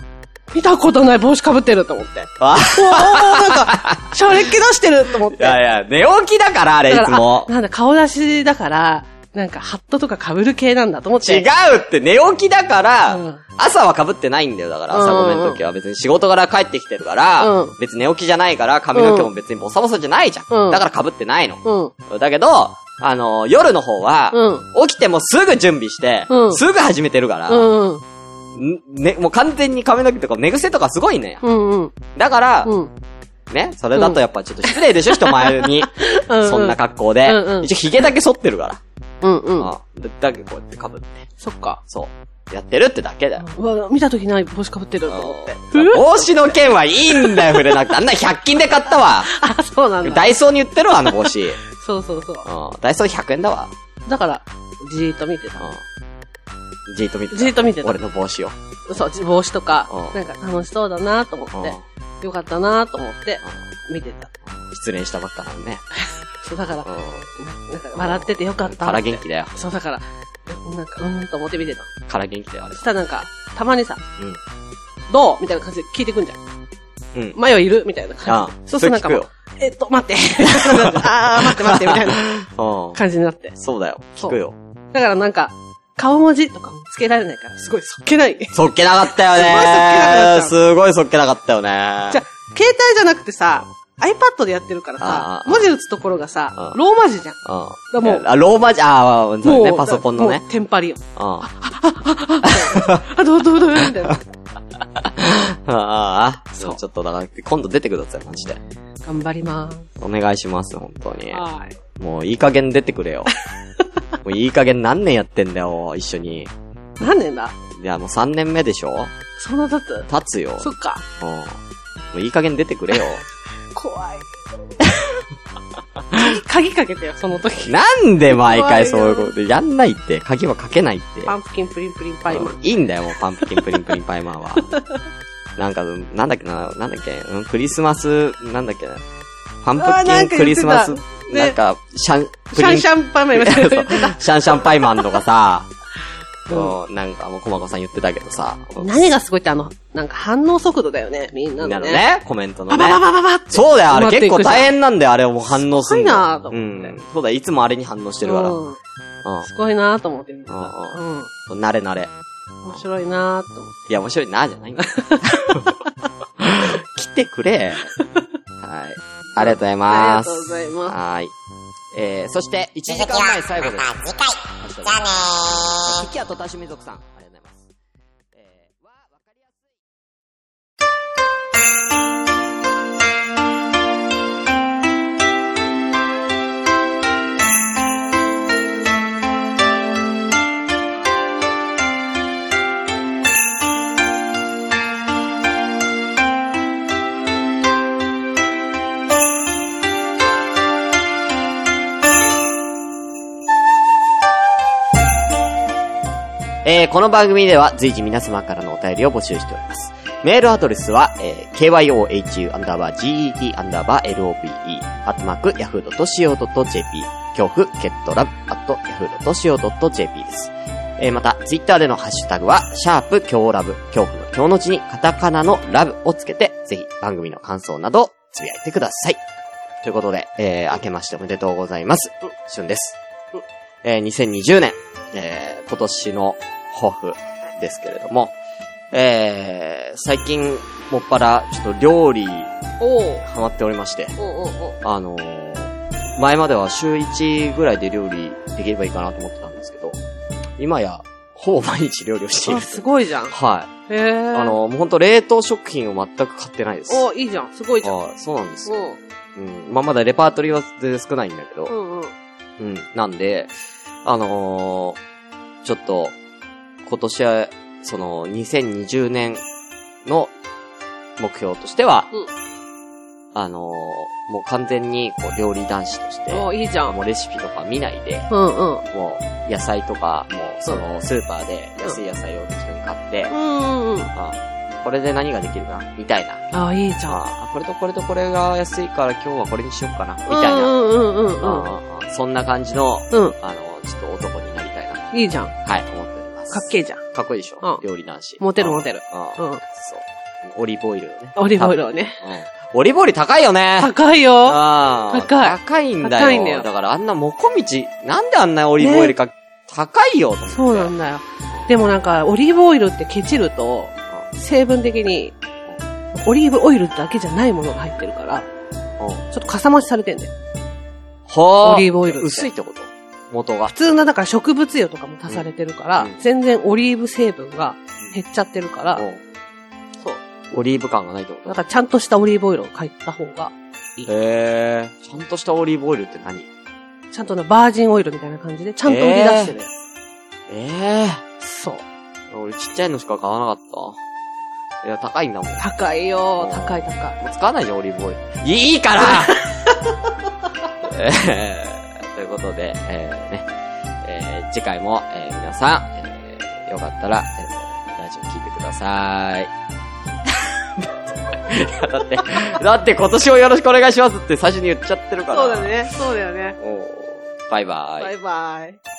S2: 見たことない帽子かぶってると思って。
S1: あ
S2: おーおーなんか、シャレっ気出してると思って。
S1: いやいや、寝起きだから、あれ、い
S2: だ
S1: つ
S2: からあ
S1: も。
S2: なんだ、顔出しだから、なんか、ハットとか被る系なんだと思っ
S1: 違
S2: て。
S1: うって、寝起きだから、
S2: うん
S1: 朝は被ってないんだよ、だから、朝ごめんの時は別に仕事から帰ってきてるから、
S2: うん
S1: 別に寝起きじゃないから、髪の毛も別にボサボサじゃないじゃん。
S2: うん
S1: だから被ってないの。
S2: うん。
S1: だけど、あの夜の方は、起きてもすぐ準備して、
S2: うん
S1: すぐ始めてるから、
S2: うん。うん。
S1: んね、もう完全に髪の毛とか寝癖とかすごいね。
S2: うん。うん。
S1: だから、
S2: うん。
S1: ね、それだとやっぱちょっと失礼でしょ、人前に。
S2: (laughs) うん
S1: そんな格好で。
S2: うんうん
S1: 一応髭だけ剃ってるから。
S2: うん。うん。
S1: あだだけどこうやって被って。
S2: そっか。
S1: そう。やってるってだけだよ。
S2: うわ、見たときない帽子かぶってると思って。
S1: 帽子の件はいいんだよ、触れなくて。あんな100均で買ったわ。
S2: あ、そうなんだ。
S1: ダイソーに売ってるわ、あの帽子。うん
S2: そうそうそう。
S1: ダイソー100円だわ。
S2: だから、じーっと見てた。
S1: うんじーっと見てた。
S2: じーっと見てた
S1: 俺の帽子を。
S2: そう、じ帽子とか
S1: う、ん
S2: なんか楽しそうだなと思って、よかったなと思って、見てた。
S1: 失恋したばっかなのね。
S2: そう、だから、
S1: うん
S2: なんか笑っててよかったって。
S1: から元気だよ。
S2: そう、だから、なんか、うーんと思って見てた。
S1: から元気だよ、あれ
S2: そ。したらなんか、たまにさ、
S1: うん
S2: どうみたいな感じで聞いてくんじゃん。
S1: うん。
S2: マヨいるみたいな感
S1: あ
S2: じで。そうするとなんかも、
S1: そう
S2: えっと、待って。 (laughs) なんかあー、待って待って、みたいな
S1: うん。
S2: 感じになって。
S1: そうだよ。
S2: そ
S1: 聞
S2: う
S1: くよ。
S2: だからなんか、顔文字とかもつけられないから、すごいそっけない。じ
S1: そっけなかったよねー。すごいそっけなかったよねー。
S2: ゃあ、携帯じゃなくてさ、 iPad でやってるからさ
S1: あ、ー
S2: 文字打つところがさ
S1: あ、ー
S2: ローマ字じゃん。
S1: あ
S2: だもう
S1: あ、ローマ字、ああ、そうね、
S2: もう
S1: パソコンのね
S2: も。うテンパリよ。
S1: あ
S2: あ、どうどうどうみたいな。
S1: あ、ああ、
S2: そう
S1: ちょっとだから、今度出てください、マジで。
S2: 頑張りま
S1: お願いします、本当に
S2: す。。はい。
S1: もういい加減出てく
S2: (laughs)
S1: れよ。もういい加減何年やってんだよ、一緒に。
S2: 何年だ
S1: いや、もう3年目でしょ
S2: そんな経つ
S1: 経つよ。
S2: そっか。
S1: うん。もういい加減出てくれよ。
S2: 怖い。鍵かけてよ、その時。
S1: なんで毎回
S2: す
S1: そ
S2: ご
S1: う
S2: い
S1: い
S2: よ
S1: うこと、やんないって、鍵はかけないって。
S2: パンプキンプリンプリンパイマン。
S1: うんいいんだよ、もうパンプキンプリンプリンパイマン
S2: (laughs)
S1: は。なんか、うんなんだっけな、なんだっけ、うんクリスマス、なんだっけな。パン
S2: あーな
S1: プキ
S2: んか
S1: ンクリスマス
S2: 言っ、ね
S1: なんか、シャン、
S2: シャンシャンパイマン
S1: (laughs)
S2: みたいな。
S1: シャンシャンパイマンとかさ、
S2: うん
S1: そうなんかもう、コマコさん言ってたけどさ。
S2: 何がすごいってあの、なんか反応速度だよね、みん
S1: な
S2: なの
S1: の
S2: ね。
S1: ね、コメントの
S2: バ
S1: ね
S2: バ。ババババって。
S1: そうだよ、あれ
S2: 埋まって
S1: 結
S2: いくじゃん
S1: 構大変なんだよ、あれをもう反応するの。
S2: すごいなぁと
S1: う
S2: 思って
S1: ん。そうだよ、いつもあれに反応してるから。
S2: うん
S1: う
S2: すごいなぁと思って見てた。
S1: うんう
S2: うん。
S1: ん。慣れ慣れ。
S2: 面白いなぁと思っ
S1: いや、面白いなぁじゃないんだ
S2: (laughs)
S1: よ来てくれ。はい。ありがとうござい
S2: て。あ
S1: ま
S2: りがとうご
S1: す。
S2: ざいます。
S1: はーい。えー、そして、1時
S3: 続き
S1: 間
S3: は
S1: 前最後で。
S3: ますた次回。じゃあねー。
S1: キキアと多種民族さん。ありがとうございます。えーわわかりやすいえーこの番組では随時皆様からのお便りを募集しております。メールアドレスは、えー kyohu-get-lope、アットマーク、yahoo.co.jp、恐怖、ケットラブ、アット、yahoo.co.jp です。えーまた、ツイッターでのハッシュタグは、シャープ、強ラブ、恐怖の強の字に、カタカナのラブをつけて、ぜひ番組の感想など、つぶやいてください。ということで、えー明けましておめでとうございます。しゅんです。えー2020年、えー今年の抱負ですけれども、えー最近、もっぱら、ちょっと料理、ハ
S2: おう
S1: マっておりまして、
S2: おうおうおう
S1: あのー前までは週1ぐらいで料理できればいいかなと思ってたんですけど、今や、ほぼ毎日料理をしてい
S2: あ、
S1: る。
S2: すごいじゃん。へ
S1: はい。
S2: え。
S1: あ、のーもうほんと冷凍食品を全く買ってないです。
S2: おいいじゃん。すごいじゃん。
S1: あーそうなんです
S2: う
S1: よ。うん。まあ、まだレパートリーは全然少ないんだけど、
S2: ん。うんうん。
S1: うん。なんで、あのーちょっと、今年は、その、2020年の目標としては、
S2: うん
S1: あのーもう完全に、こう、料理男子として、
S2: おいいじゃん。
S1: もうレシピとか見ないで、
S2: うんうん。
S1: もう、野菜とか、もう、その、スーパーで安い野菜を適当に買って、
S2: うんうんうん。
S1: あこれで何ができるかなみたいな。
S2: あ、いいじゃん。
S1: あこれとこれとこれが安いから今日はこれにしようかなみたいな。
S2: うんうんうんうん
S1: ああそんな感じの、
S2: うん。
S1: あの、ちょっと男になりたいな
S2: うん。いいじゃん。か
S1: はい、思っております。
S2: っけえじゃん。
S1: かっこいいでしょ、
S2: うん
S1: 料理男子。
S2: モテるモテる。
S1: ああ
S2: うん。
S1: そう。オリーブオイルをね。
S2: オリーブオイルをね。
S1: 多分。うんオリーブオイル高いよね
S2: 高いよ。
S1: ああ
S2: 高い
S1: 高いんだよ。
S2: 高いんだよ
S1: だからあんなもこみち、なんであんなオリーブオイルか、高いよと思って。
S2: そうなんだよ。でもなんか、オリーブオイルってケチると、成分的に、オリーブオイルだけじゃないものが入ってるから、
S1: うん。
S2: ちょっとかさ増しされてんだよ。
S1: はあ。
S2: オリーブオイルって
S1: 薄いってこと元が
S2: 普。通のだから植物油とかも足されてるから、
S1: うん
S2: 全然オリーブ成分が減っちゃってるから、
S1: うん
S2: そう。
S1: オリーブ感がないってこと
S2: だからちゃんとしたオリーブオイルを買った方が、
S1: へえ。ちゃんとしたオリーブオイルって何
S2: ちゃんとね、バージンオイルみたいな感じで、ちゃんと売り出してるや
S1: ええ
S2: つ。そう。
S1: 俺ちっちゃいのしか買わなかった。いや、高いんだもん。
S2: 高いよ、高い高い。
S1: もう使わないじゃん、オリーブオイル。いいからえーということで、えーね、えー次回も、えー皆さん、えーよかったら、えーラジオ聞いてください。い (laughs) やだって、だって今年をよろしくお願いしますって最初に言っちゃってるから。
S2: そうだ。ね、そうだよね。
S1: おーバイバイ。
S2: バイバイ。